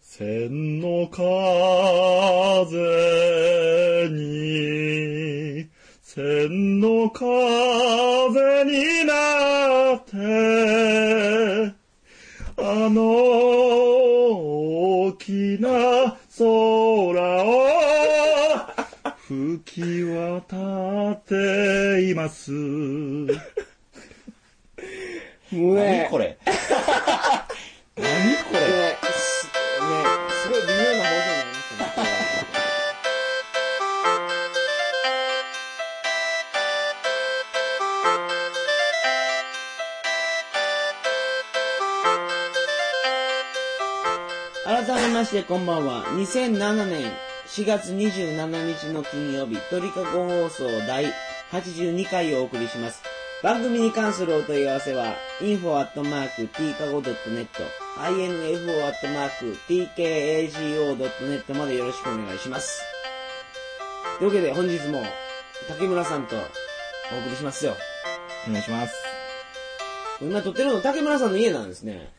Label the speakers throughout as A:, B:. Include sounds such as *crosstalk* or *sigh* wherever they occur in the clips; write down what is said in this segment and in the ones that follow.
A: 千の風に、千の風になって、あの大きな空を吹き渡っています。
B: もう
C: 何
B: ね、
C: こ
B: れ。
C: れ何これ
B: ね、すねすごい微妙な表現になりますね。改めましてこんばんは。2007年4月27日の金曜日、鳥かご放送第82回をお送りします。番組に関するお問い合わせは、info.tkago.net、info.tkago.net までよろしくお願いします。というわけで本日も竹村さんとお送りしますよ。
A: お願いします。
B: 今撮ってるの竹村さんの家なんですね。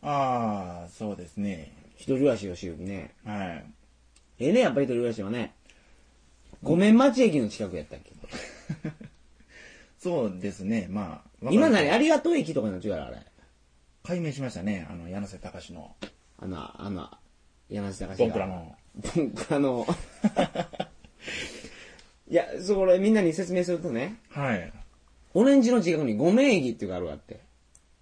A: ああ、そうですね。
B: 一人暮らしをしようね。
A: はい。
B: ええね、やっぱり一人暮らしはね。五面町駅の近くやったっけ
A: そうですね。まあ、
B: 今何
A: り
B: ありがとう駅とかの違うあれ。
A: 解明しましたね。あの、柳瀬隆の、
B: あの、あの、柳瀬隆
A: ボン
B: が
A: クラ。の。
B: ボン *laughs* クラの。いや、そこれみんなに説明するとね、
A: はい。
B: オレンジの近くに五面駅っていうのがあるわって。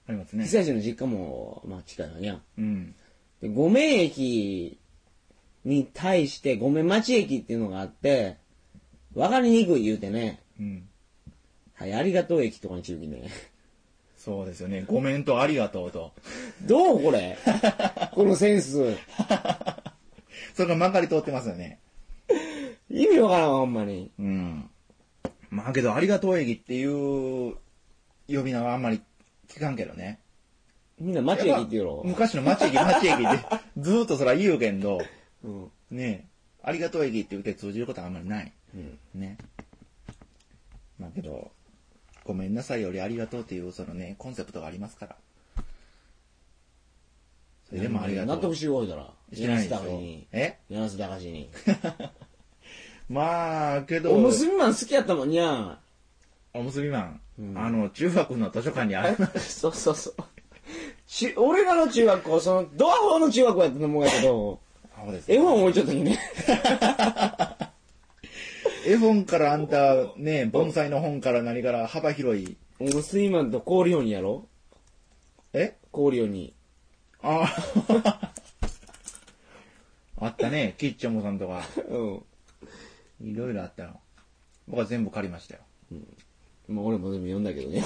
A: ありますね。
B: 久石の実家も、まあ近いわにゃん。
A: うん。
B: で、五面駅に対して五面町駅っていうのがあって、わかりにくい言うてね、
A: うん。
B: はい、ありがとう駅とかに中きね。
A: そうですよね。ごめんとありがとうと。
B: *laughs* どうこれこのセンス。
A: それが曲がり通ってますよね。
B: 意味わからんわ、ほんまに。
A: うん。まあけど、ありがとう駅っていう呼び名はあんまり聞かんけどね。
B: みんな町駅って言うろ。
A: 昔の町駅、町駅って、ずーっとそら言うけんど、
B: うん。
A: ねえ、ありがとう駅って言って通じることはあんまりない。
B: うん。
A: ね。まあけど、ごめんなさいよりありがとうっていうそのね、コンセプトがありますから。それでもありがとう。
B: 納得しようたら。
A: してないでし
B: 柳瀬隆
A: ょ
B: に。。
A: え
B: 柳瀬隆に。
A: まあ、けど、
B: おむすびマン好きやったもんにゃ。
A: おむすびマン。
B: うん
A: あの、中学の図書館にある。
B: *laughs* そうそうそう。し俺らの中学校、その、ドアホの中学校やったと思うやけ *laughs* ど、
A: そうです
B: 絵本置いちゃった時ね。
A: 絵本からあんた、ね、盆栽の本から何から幅広い。
B: *laughs* おむすびマンと氷鬼やろ
A: え
B: 氷鬼。
A: あ *laughs* あ。あったね、キッチョモさんとか。
B: うん。
A: いろいろあったよ。僕は全部借りましたよ。
B: まあ俺も全部読んだけどね。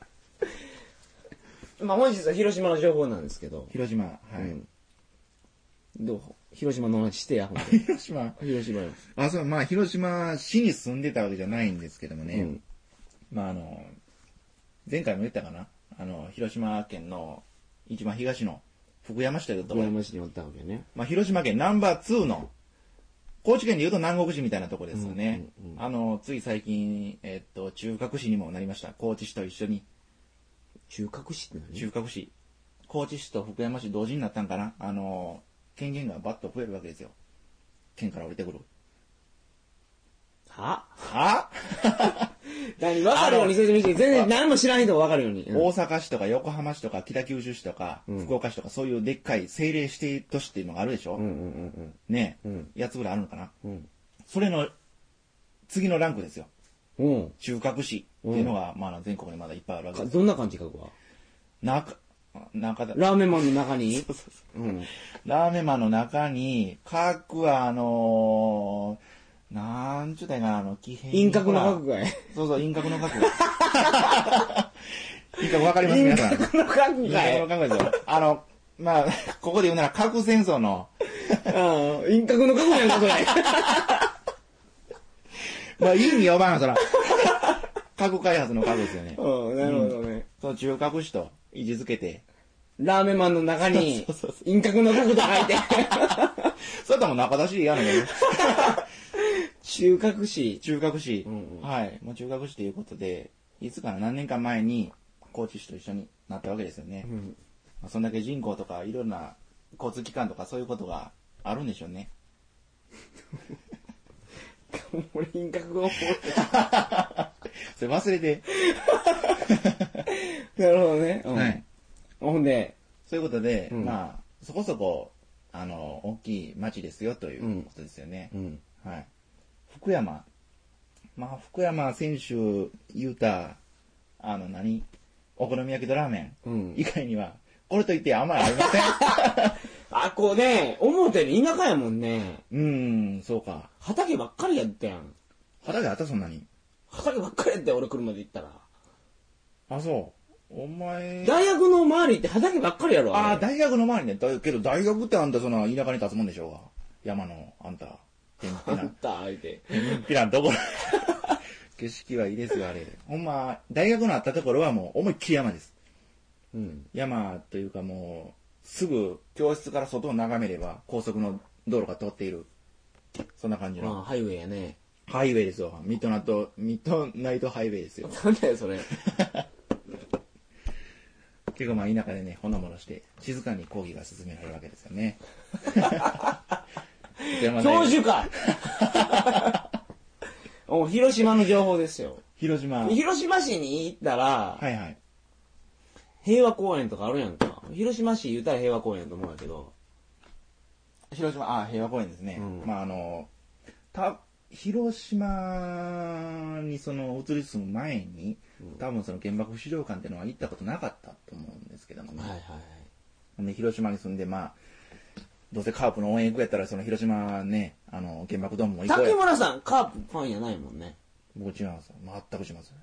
B: *laughs* まあ本日は広島の情報なんですけど。
A: 広島、はい。
B: うんどう広島の話してや、ほんと *laughs*
A: 広島
B: 広島よ。
A: あ、そう、まあ、広島市に住んでたわけじゃないんですけどもね。
B: うん
A: まあ、あの、前回も言ったかな。あの、広島県の一番東の福山市というとこ
B: 富
A: ろ。
B: 山市におったわけね。
A: まあ、広島県ナンバー2の、高知県で言うと南国市みたいなところですよね。あの、つい最近、えっと、中核市にもなりました。高知市と一緒に。
B: 中核市って何
A: 中核市。高知市と福山市同時になったんかな。あの、権限がバッと増えるわけですよ。県から降りてくる。
B: は
A: は
B: 何分かるように説明して、全然何も知らん人が分かるように。うん
A: 大阪市とか横浜市とか北九州市とか福岡市とかそういうでっかい政令指定都市っていうのがあるでしょ、
B: うんうん
A: ねえ、
B: うん
A: 8つぐらいあるのかな、
B: うん
A: それの次のランクですよ
B: うん。うん
A: 中核市っていうのが、まあ全国にまだいっぱいあるわけ
B: か。
A: です
B: どんな感じ書くわ
A: 中中だ
B: ラーメンマンの中にうん。
A: ラーメンマンの中に各あのー、なんちゅうたらいいかなあの気変
B: 輪郭の書くかい。
A: そうそう輪郭 *laughs* の角輪郭わかります皆さん
B: 輪郭の書くかい。
A: 輪郭の角ですよあのまあここで言うなら核戦争の
B: うん。輪郭の書くなんかそれ。
A: まあ、いいに呼ばん、そら。 *laughs* 核開発の核ですよね。
B: うん、なるほどね。
A: その中核市と位置づけて、
B: ラーメンマンの中に
A: そうそうそ、
B: 輪郭の書くと書いて。
A: それとも中田市でやるのけど、
B: 中核市。
A: 中核市、
B: うんうん
A: はい、もう中核市ということで、いつから何年か前に、高知市と一緒になったわけですよね。
B: ん
A: まあそんだけ人口とかいろんな交通機関とかそういうことがあるんでしょうね。
B: 俺輪郭がおも
A: それ忘れて。
B: ろいなるほどね。うん
A: はい。
B: ほんで、
A: そういうことで、
B: うん
A: まあ、そこそこ、あの、大きい町ですよということですよね。
B: うん。
A: はい。福山。まあ、福山選手、言うた、あの、何お好み焼きとラーメン
B: うん。
A: 以外には、これといってあんまりありま *laughs* せん。
B: あ、こうね、思ったより田舎やもんね。
A: うーん、そうか。
B: 畑ばっかりやったやん。
A: 肌があったそんなに。
B: 畑ばっかりやったよ、俺車で行ったら。
A: あ、そう。お前。
B: 大学の周りって畑ばっかりやろ。
A: ああ、
B: れ
A: 大学の周りね。だけど大学ってあんたその田舎に立つもんでしょうが。山の、あんた。天
B: あ
A: 平 *laughs*
B: ん
A: な、
B: た、相手。
A: 天平なと *laughs* ころ。景色はいいですよ、あれ。ほんま、大学のあったところはもう思いっきり山です。
B: うん。
A: 山というかもう、すぐ教室から外を眺めれば高速の道路が通っている。そんな感じ
B: ま
A: の。
B: あ、ハイウェイやね。
A: ハイウェイですよ。ミッドナイト、ミッドナイトハイウェイですよ。
B: なんだよ、それ。
A: 結構まあ田舎でね、ほのぼのして、静かに講義が進められるわけですよ
B: *laughs*
A: ね。山
B: 教
A: 大学
B: 授 *laughs* かお広島の情報ですよ。
A: 広島。はい
B: 広島市に行ったら、
A: はい。
B: 平和公園とかあるやんか。広島市言うたら平和公園やと思うんやけど。
A: 広島、あ、平和公園ですね。
B: うん
A: まああの、た、広島にその移り住む前に、多分その原爆資料館っていうのは行ったことなかったと思うんですけどもね。
B: はいはい
A: で広島に住んで、まあ、どうせカープの応援行くやったら、その広島ね、あの、原爆ドームも行こう
B: 竹
A: よ。
B: 村さん、カープファンやないもんね。
A: 僕違います。全く違います。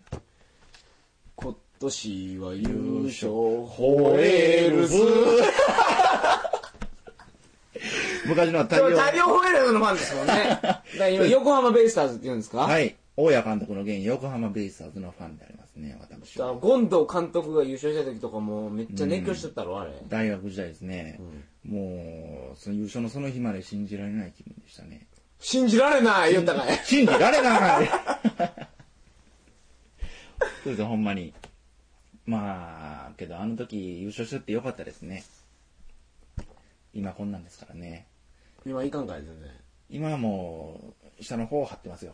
B: 今年は優勝、吠えるぞ。
A: *laughs* 昔のは
B: で
A: 太
B: も
A: 陽。
B: 大量吠えるのファンですもんね。 *laughs* だから今横浜ベイスターズって言うんですか。
A: はいい。大谷監督の現横浜ベイスターズのファンでありますね、私
B: だから
A: は。
B: 権藤監督が優勝した時とかもうめっちゃ熱狂しとったろ、あれ。
A: 大学時代ですね。もう、その優勝のその日まで信じられない気分でしたね。
B: 信じられない言ったかい。
A: 信じられないそうですよ、ほんまに。まあ、けどあの時優勝しとってよかったですね。今こんなんですからね。
B: *laughs* 今いかんかい、全然。
A: 今はもう、下の方を張ってますよ。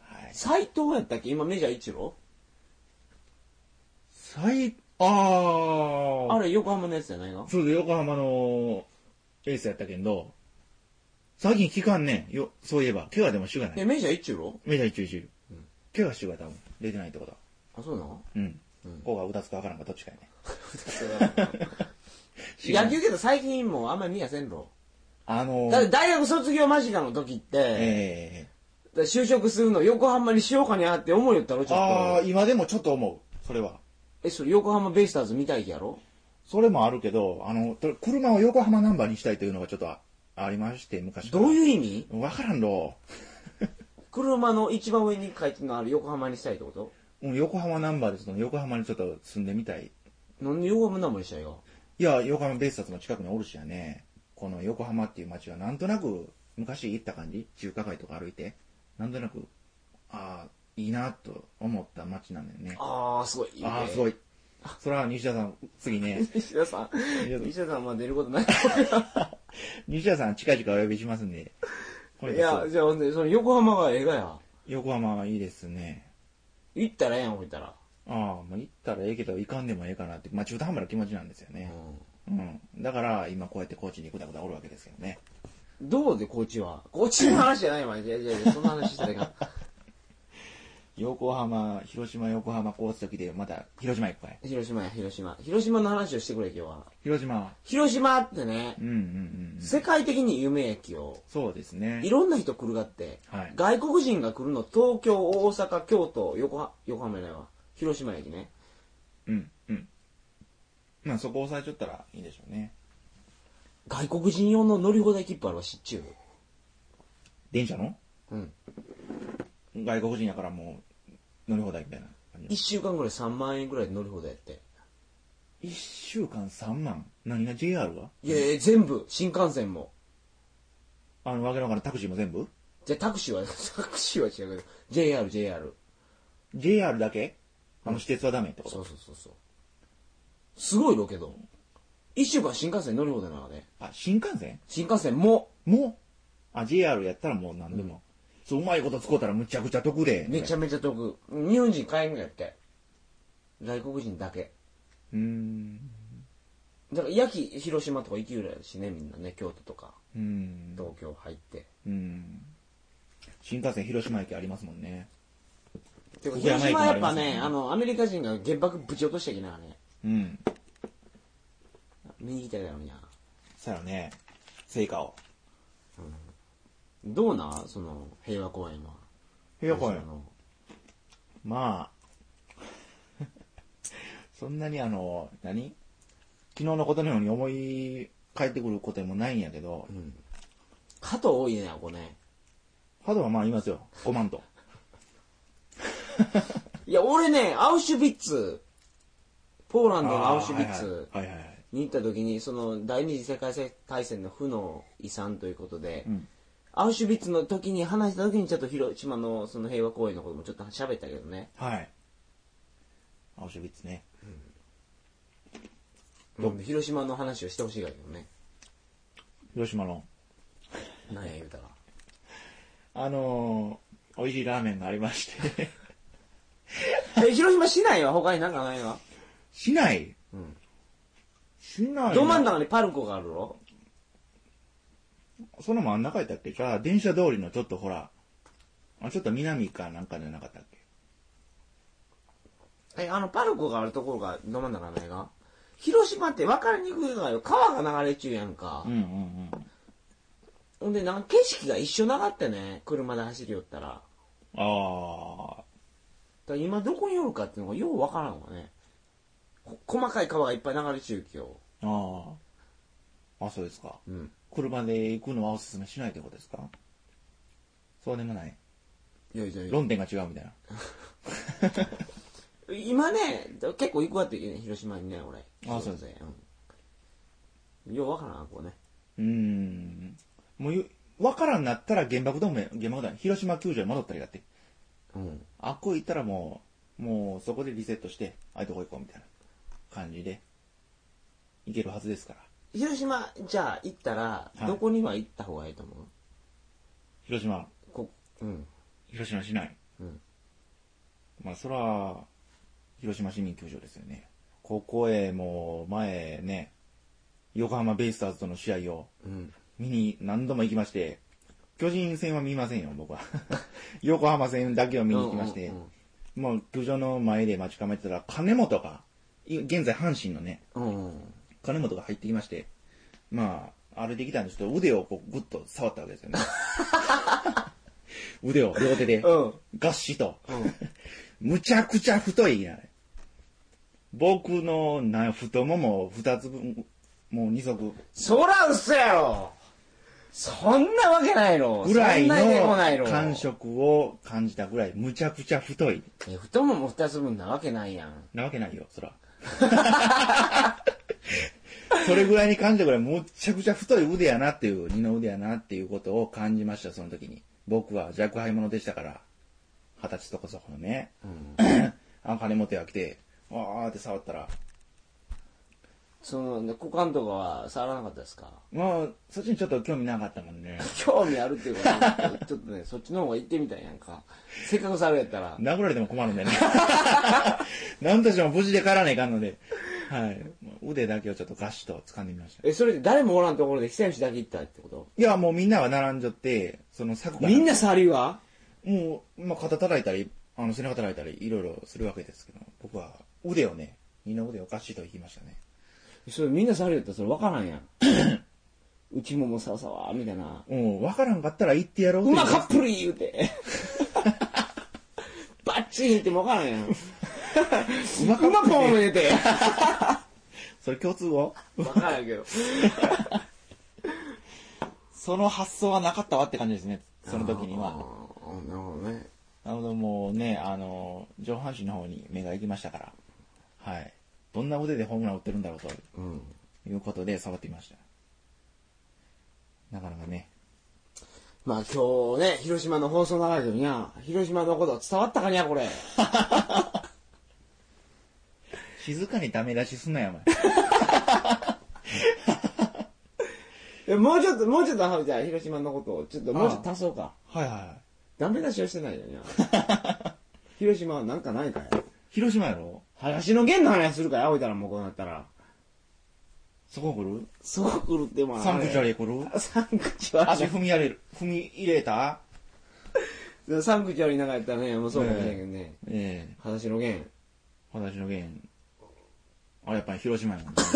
A: はい。
B: 斎藤やったっけ今メジャー一郎
A: 最、ああ
B: あれ横浜のやつじゃないの
A: そうで、横浜のエースやったけど、最近聞かんねん。よ、そういえば。怪我でも主がな
B: え、
A: い。
B: メジャー一郎
A: メジャー一応一応。怪我主が多分出てないってことは。
B: あ、そうな *laughs* の
A: うん。
B: うん
A: こうがうたつかわからんかどっちかやね。
B: 野球けど最近もうあんまり見やせんろ。
A: あのー、
B: だって大学卒業間近の時って、
A: え
B: だから就職するの横浜にしようかにゃって思いよったろ、ち
A: えあ
B: ょ
A: あ
B: っと。
A: ー、今でもちょっと思う。それは。
B: え、それ横浜ベイスターズ見たいやろ
A: それもあるけど、あの、と車を横浜ナンバーにしたいというのがちょっとあありまして、昔から。
B: どういう意味
A: わからんろ。
B: 車の一番上に書いてるのある横浜にしたいってこと
A: うん、横浜ナンバーですの横浜にちょっと住んでみたい。
B: なんで横浜なもにしたいよ。
A: いや、横浜ベイスターズの近くにおるしやね。この横浜っていう街はなんとなく、昔行った感じ中華街とか歩いて。なんとなく、ああ、いいなと思った街なんだよね。
B: あー、すごい。いいね
A: ああ、すごい。それは西田さん、次
B: *laughs*
A: ね。
B: 西田さん
A: りがとう、
B: 西田さんはまあ出ることない。
A: 西田さん近々お呼びしますんで。これ
B: い
A: です
B: や、じゃあほんで、その横浜が映画や。
A: 横浜はいいですね。
B: 行ったらええやん、ほいたら。
A: ああ、まあ、行ったらええけど、行かんでもええかなって、まあ中途半端な気持ちなんですよ
B: う
A: ね。
B: ん
A: うん。だから、今こうやって高知にグダグダおるわけですけどね。
B: どうで、コーチは。コーチの話じゃないわ。いやいやいや、そんな話したらいかん。
A: 横浜、広島、横浜、高知と来て、また、広島行くかい。
B: *laughs* 広島や、広島。広島の話をしてくれ、今日は。
A: 広島。
B: 広島ってね
A: う、んうんうん。
B: 世界的に有名やけど、
A: そうですね
B: い。ろんな人来るがって、
A: はい
B: 外国人が来るの、東京、大阪、京都、横浜、横浜やないわ。広島駅ね。
A: うんうん。まあそこ押さえちゃったらいいでしょうね。
B: 外国人用の乗り放題切符あるわ、しっちゅ
A: 電車の
B: う。うん。
A: 外国人やからもう、乗り放題みたいな感
B: 一
A: じ。
B: 週間ぐらい3万円ぐらいで乗り放題やって。
A: 一週間3万何が JR はい
B: やいや、全部、新幹線も。
A: あの、わけのわからんタクシーも全部
B: じゃあタクシーは、 *laughs* タクシーは違うけど、JR、JR。
A: ?JR だけあの、私鉄はダメってこと
B: そうそうそうそう。すごいロケど。一週間新幹線乗るほどなので。
A: あ、新幹線
B: 新幹線も、
A: もうあ、JR やったらもう何でも。そう、うまいこと使うたらむちゃくちゃ得で。
B: めち
A: ゃ。
B: ゃめちゃ得。日本人買えんのやって。外国人だけ。
A: うーん。
B: だから、焼き、広島とか行きぐらいだしね、みんなね、京都とか、
A: うーん。
B: 東京入って。
A: うん。新幹線広島駅ありますもんね。
B: でも
A: ここやな
B: 広
A: いと
B: 島はや
A: 困
B: っぱ
A: ります
B: ね、
A: ね
B: あの、アメリカ人が原爆ぶち落としてきながらね、
A: うん。
B: 見に行きたいだろうにゃ。
A: さよね、成果を。
B: どうな、その、平和公園は。
A: 平和公園
B: 広島の
A: まあ、 *laughs* そんなにあの、何昨日のことのように思い返ってくることでもないんやけど、
B: 加藤多いね、ここね。
A: ハドはまあいますよ。5万と。
B: いや、俺ね、アウシュビッツ、ポーランドのアウシュビッツ、
A: はいはいはいはいはい。
B: に行った時にその第二次世界大戦の負の遺産ということで、
A: ん
B: アウシュビッツの時に話した時にちょっと広島のその平和公園のこともちょっと喋ったけどね
A: はい。アウシュビッツね。
B: うん広島の話をしてほしいからけどね
A: 広島の。
B: 何や言うたら
A: あのー、美味しいラーメンがありま *laughs* して。
B: え広島市内は他になんかないわ
A: 市内
B: ん
A: 市内
B: ど真ん中にパルコがあるろ
A: その真ん中やったっけじゃあ、電車通りのちょっとほら、あちょっと南かなんかじゃなかったっけ
B: えあのパルコがあるところがど真ん中ないが広島って分かりにくいのがよ川が流れ中やんか、
A: うんうんうん。
B: ほんでなんか景色が一緒なかってね車で走り寄ったらだか
A: ああ、
B: ら今どこにおるかっていうのがよう分からんわねこ細かい川がいっぱい流れ中きよ
A: ああ。あ、そうですか。
B: うん
A: 車で行くのはおすすめしないってことですかそうでもない。
B: いやいやいや
A: 論点が違うみたいな。
B: 今ね結構行くわって言うね広島にね俺
A: あそうです
B: ね、うん、ようわからんこうね
A: うーん。もうゆ、わからんなったら原爆ドームへ、原爆ドーム、広島球場に戻ったりだって。
B: うん
A: あっこ行ったらもう、もうそこでリセットして、ああいうとこ行こうみたいな感じで、行けるはずですから。
B: 広島じゃあ行ったら、
A: はい
B: どこには行った方がいいと思う
A: 広島、
B: こうん
A: 広島市内。
B: うん
A: まあ、そら、広島市民球場ですよね。ここへもう、前ね、横浜ベイスターズとの試合を
B: うん
A: 見に何度も行きまして、巨人戦は見ませんよ、僕は。 *laughs* 横浜戦だけを見に行きまして、
B: うんうん
A: もう球場の前で待ち構えてたら、金本が、い現在阪神のね、
B: うんうん
A: 金本が入ってきまして、まあ、歩いてきたんですけど、腕をこうグッと触ったわけですよ
B: *laughs*
A: ね。腕を両手で、
B: うん
A: がっしと。むちゃくちゃ太いやん。僕のな太もも二つ分、もう二足
B: そら嘘やろそんなわけないろ
A: ぐらい
B: そんなにでもない
A: の
B: ろ
A: 感触を感じたぐらい、むちゃくちゃ太い。
B: え太もも二つ分なわけないやん
A: なわけないよ、そら。 *laughs* それぐらいに感じたぐらい、むちゃくちゃ太い腕やなっていう、二の腕やなっていうことを感じました、その時に。僕は若輩者でしたから、二十歳とこそこのね、 *coughs* あ、金持っては来て、わーって触ったら、
B: その股間とかは触らなかったですか
A: まあ、そっちにちょっと興味なかったもんね。
B: 興味あるっていうか、ね、ちょっとね、 *laughs* そっちの方が行ってみたいやんか。せっかく猿やったら。
A: 殴られても困るんだよね。 *laughs* 何としても無事で帰らないかんので、はい。腕だけをちょっとガシッと掴んでみました。
B: え、それで誰もおらんところで久吉だけ行ったってこと
A: いや、もうみんなは並んじゃって、その柵が。
B: みんな触りは
A: もう、まあ、肩叩いたり、あの、背中叩いたり、いろいろするわけですけど、僕は腕をね、二の腕をガシッと引きましたね。
B: それみんな触りやったらそれ分からん *laughs* やん。内ももさわさわみたいな。
A: もう、わからんかったら言ってやろう
B: う
A: って
B: まカップル言うて。 *laughs* バッチリ言っても分からんやん。う
A: まかっぷり
B: まポーン言うて。
A: それ共通語
B: 分からんけど。
A: その発想はなかったわって感じですね、その時に
B: あ
A: は。
B: ーなるほどね。
A: なのでもうね、あの、上半身の方に目が行きましたから、はい。どんな腕でホームラン打ってるんだろうと
B: うん。
A: いうことで触ってみました。なかなかね、
B: まあ今日ね、広島の放送流れてるにゃ。広島のこと伝わったかにゃ、これ。 *laughs*
A: 静かにダメ出しすんなよ、お前。
B: えもうちょっと、もうちょっと、はるちゃん、広島のことを、ちょっと、もうちょっと足そうか。
A: はいは
B: ダメ出しをしてないよ *laughs* ね。広島はなんかないかい
A: い。広島やろ
B: 林の源の話するから、青いたらもうこうなったら。
A: そこ来る
B: そこ来るってまあ。
A: サンクチュアリー来る
B: リ。サンクチ
A: *laughs*
B: ュア
A: 足
B: リ
A: 踏み入れる、踏み入れた
B: ー。サンクチュアリーなんかやったらね、もうそうかもしれんけどね。
A: ええ
B: 裸足の源。
A: 私の源。あれやっぱり広島やもんね。 *coughs*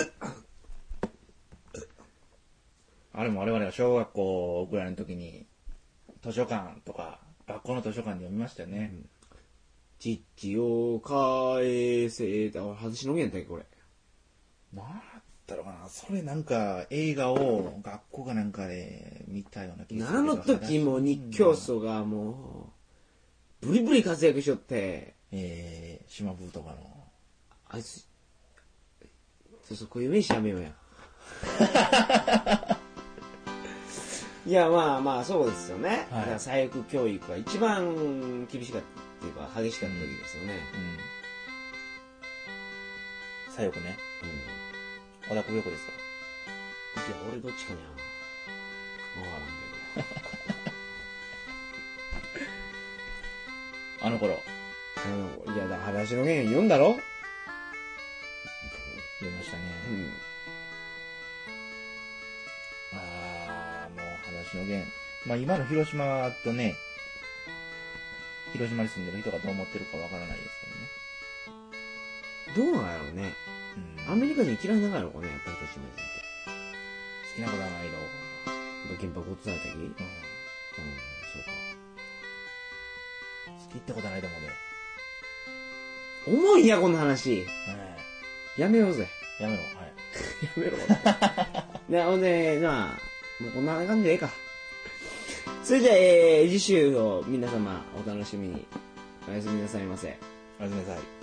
A: あれも我々は小学校ぐらいの時に、図書館とか、学校の図書館で読みましたよね。
B: 父を返せた。俺、外しの源だっけ、これ。
A: なんだったのかなそれなんか映画を学校かなんかで見たような気
B: 奈良の時も日教祖がもう、ブリブリ活躍しよって、
A: えー、島風とかの。
B: あいつ、そうそう、こういう名詞やめよ
A: *laughs*
B: うや。いや、まあまあ、そうですよね。
A: はい
B: だから左翼教育が一番厳しかったっていうか、激しかった時ですよね。
A: うん。左翼ね。
B: うん。い
A: 小田久保ですか
B: や、俺どっちかにゃ。わからんけど。
A: あの頃、
B: あのいや、だから、裸足の原因読んだろ
A: 読みましたね。
B: うん。
A: あー、もう話の源。まあ今の広島とね、広島に住んでる人がどう思ってるかわからないです
B: どうなんやろ
A: けど
B: うね。
A: ね。うん。
B: アメリカ人嫌いなんやろうね、やっぱり広島人って。
A: 好きなことはないろ。
B: やっぱ原爆落とされたきうん、そう
A: うん。
B: か。
A: 好きってことはないと思うで。
B: 重いんや、この話。
A: う
B: やめようぜ。
A: ん。やめろ。はい。
B: やめろ。 *laughs* で、ほんで、なあ、もうこんな感じでええか。それじゃあ、えー、次週を皆様お楽しみに。おやすみなさいませ。
A: おやすみなさい。